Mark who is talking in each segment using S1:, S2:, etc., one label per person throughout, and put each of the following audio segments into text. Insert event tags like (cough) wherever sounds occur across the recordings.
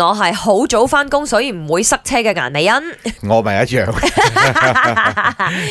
S1: 我係好早翻工，所以唔會塞車嘅顏美欣。
S2: 我咪一樣，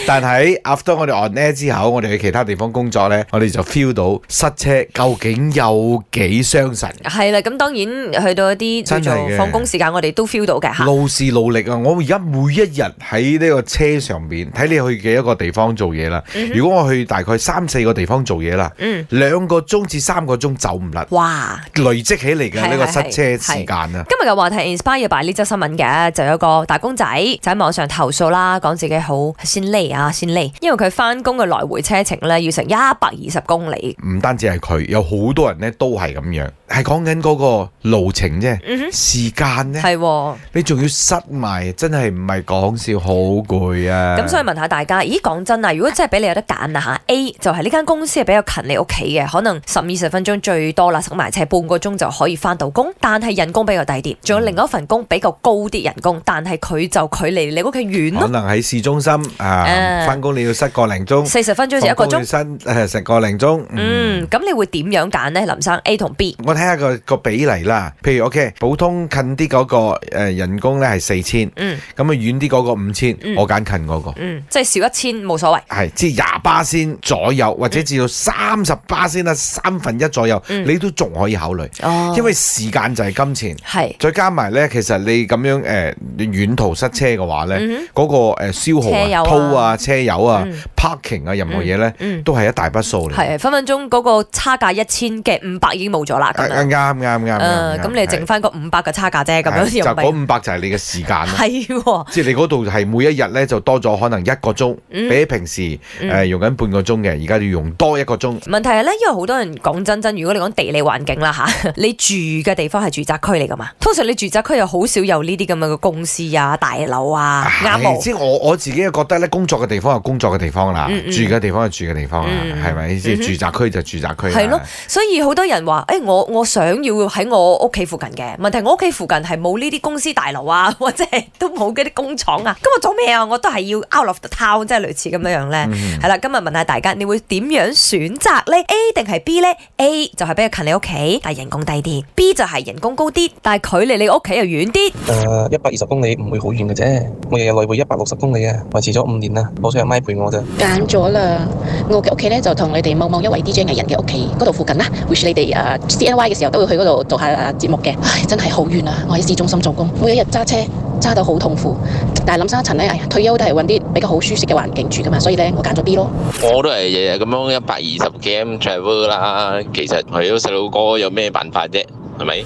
S2: 但係 after 我哋 on air 之後，我哋去其他地方工作呢，我哋就 feel 到塞車究竟有幾傷神。
S1: 係啦，咁當然去到一啲叫
S2: 真係
S1: 做
S2: 嘅
S1: 放工時間，我哋都 feel 到嘅吓。
S2: 勞是勞力啊！我而家每一日喺呢個車上邊，睇你去嘅一個地方做嘢啦。如果我去大概三四個地方做嘢啦，
S1: 嗯，
S2: 兩個鐘至三個鐘走唔甩，
S1: 哇！
S2: 累積起嚟嘅呢個塞車時間啊！
S1: 今日嘅話題 inspire by 呢則新聞嘅，就有個打工仔就喺網上投訴啦，講自己好先嚟啊，先嚟，因為佢翻工嘅來回車程咧要成一百二十公里。
S2: 唔單止係佢，有好多人呢都係咁樣，係講緊嗰個路程啫，時間呢。
S1: 係喎，
S2: 你仲要塞埋，真係唔係講笑，好攰啊！
S1: 咁所以問下大家，咦講真啊，如果真係俾你有得揀啊吓，A 就係呢間公司係比較近你屋企嘅，可能十二十分鐘最多啦，省埋車半個鐘就可以翻到工，但係人工比較低啲，
S2: 嗯
S1: 仲有另外一份工比較高啲人工，但係佢就距離你屋企遠
S2: 可
S1: 咯，
S2: 能喺市中心啊
S1: 啊，
S2: 翻工你要塞個零鐘，
S1: 四十分鐘就一個
S2: 放工
S1: 鐘
S2: 要。塞 (laughs) 誒成個零鐘。嗯，
S1: 嗯，咁你會點樣揀呢？林生 A 同 B，
S2: 我睇下個個比例啦。譬如 OK，普通近啲嗰個誒人工咧係四千，咁
S1: 嗯
S2: 啊遠啲嗰個五千，我揀近嗰個。
S1: 嗯，即係少一千冇所謂。
S2: 係，即係廿八先左右，或
S1: 嗯
S2: 者至到三十八先啦，三分一左右，你都仲可以考慮，
S1: 哦
S2: 因為時間就係金錢。
S1: 係
S2: 再加埋咧，其實你咁樣誒、呃、遠途塞車嘅話咧，嗰、個、呃、消耗
S1: 嗯車油啊
S2: 啊、掏啊、車油啊、parking 啊，任何嘢咧，
S1: 嗯
S2: 都係一大筆數嚟。
S1: 係分分鐘嗰個差價一千嘅五百已經冇咗啦，咁樣。
S2: 啊啱啱啱啱。
S1: 誒，咁你剩翻
S2: 翻
S1: 個五百嘅差價啫，咁樣
S2: 就
S1: 又唔係
S2: 嗰五百就係你嘅時間啦。
S1: 係喎。
S2: 即係你嗰度係每一日咧就多咗可能一個鐘，
S1: 嗯
S2: 比起平時誒、呃用緊半個鐘嘅，而家要用多一個鐘。
S1: 問題係咧，因為好多人講真真，如果你講地理環境啦吓， (laughs) 你住嘅地方係住宅區嚟噶嘛，通常你住宅區又好少有呢啲咁樣嘅公司啊、大樓啊，啱
S2: 係
S1: 冇？
S2: 即係我我自己覺得咧，工作嘅地方係工作嘅地方啦，
S1: 嗯嗯
S2: 住嘅地方係住嘅地方啦，
S1: 嗯
S2: 係咪？即係住宅區就住宅區啦。
S1: 係咯，所以好多人話：，誒、我我想要喺我屋企附近嘅，問題我屋企附近係冇呢啲公司大樓啊， (laughs) 或者係都冇嗰啲工廠啊，咁我做咩啊？我都係要 out of the town，即係類似咁樣樣咧。
S2: 嗯
S1: 係啦、今日問下大家，你會點樣選擇咧？A 定係 B 咧？A 就係比較近你屋企，但係人工低啲；B 就係人工高啲，但係距離你屋企又遠啲。
S3: 呃誒一百二十公里唔會好遠嘅啫，我日日來回一百六十公里啊，維持咗五年啦，好彩有咪陪我啫。
S4: 揀咗啦，我嘅屋企咧就同你哋某某一位 DJ 藝人嘅屋企嗰度附近啦。which 你哋啊誒 CNY 嘅時候都會去嗰度做下啊節目嘅。唉，真係好遠啊！我喺市中心做工，每一日揸車揸到好痛苦。但係林生一陳咧，哎呀退休都係揾啲比較好舒適嘅環境住噶嘛，所以咧我揀咗 B 咯。
S5: 我都係日日咁樣一百二十 km travel 啦，其實係咯細佬哥有咩辦法啫，係咪？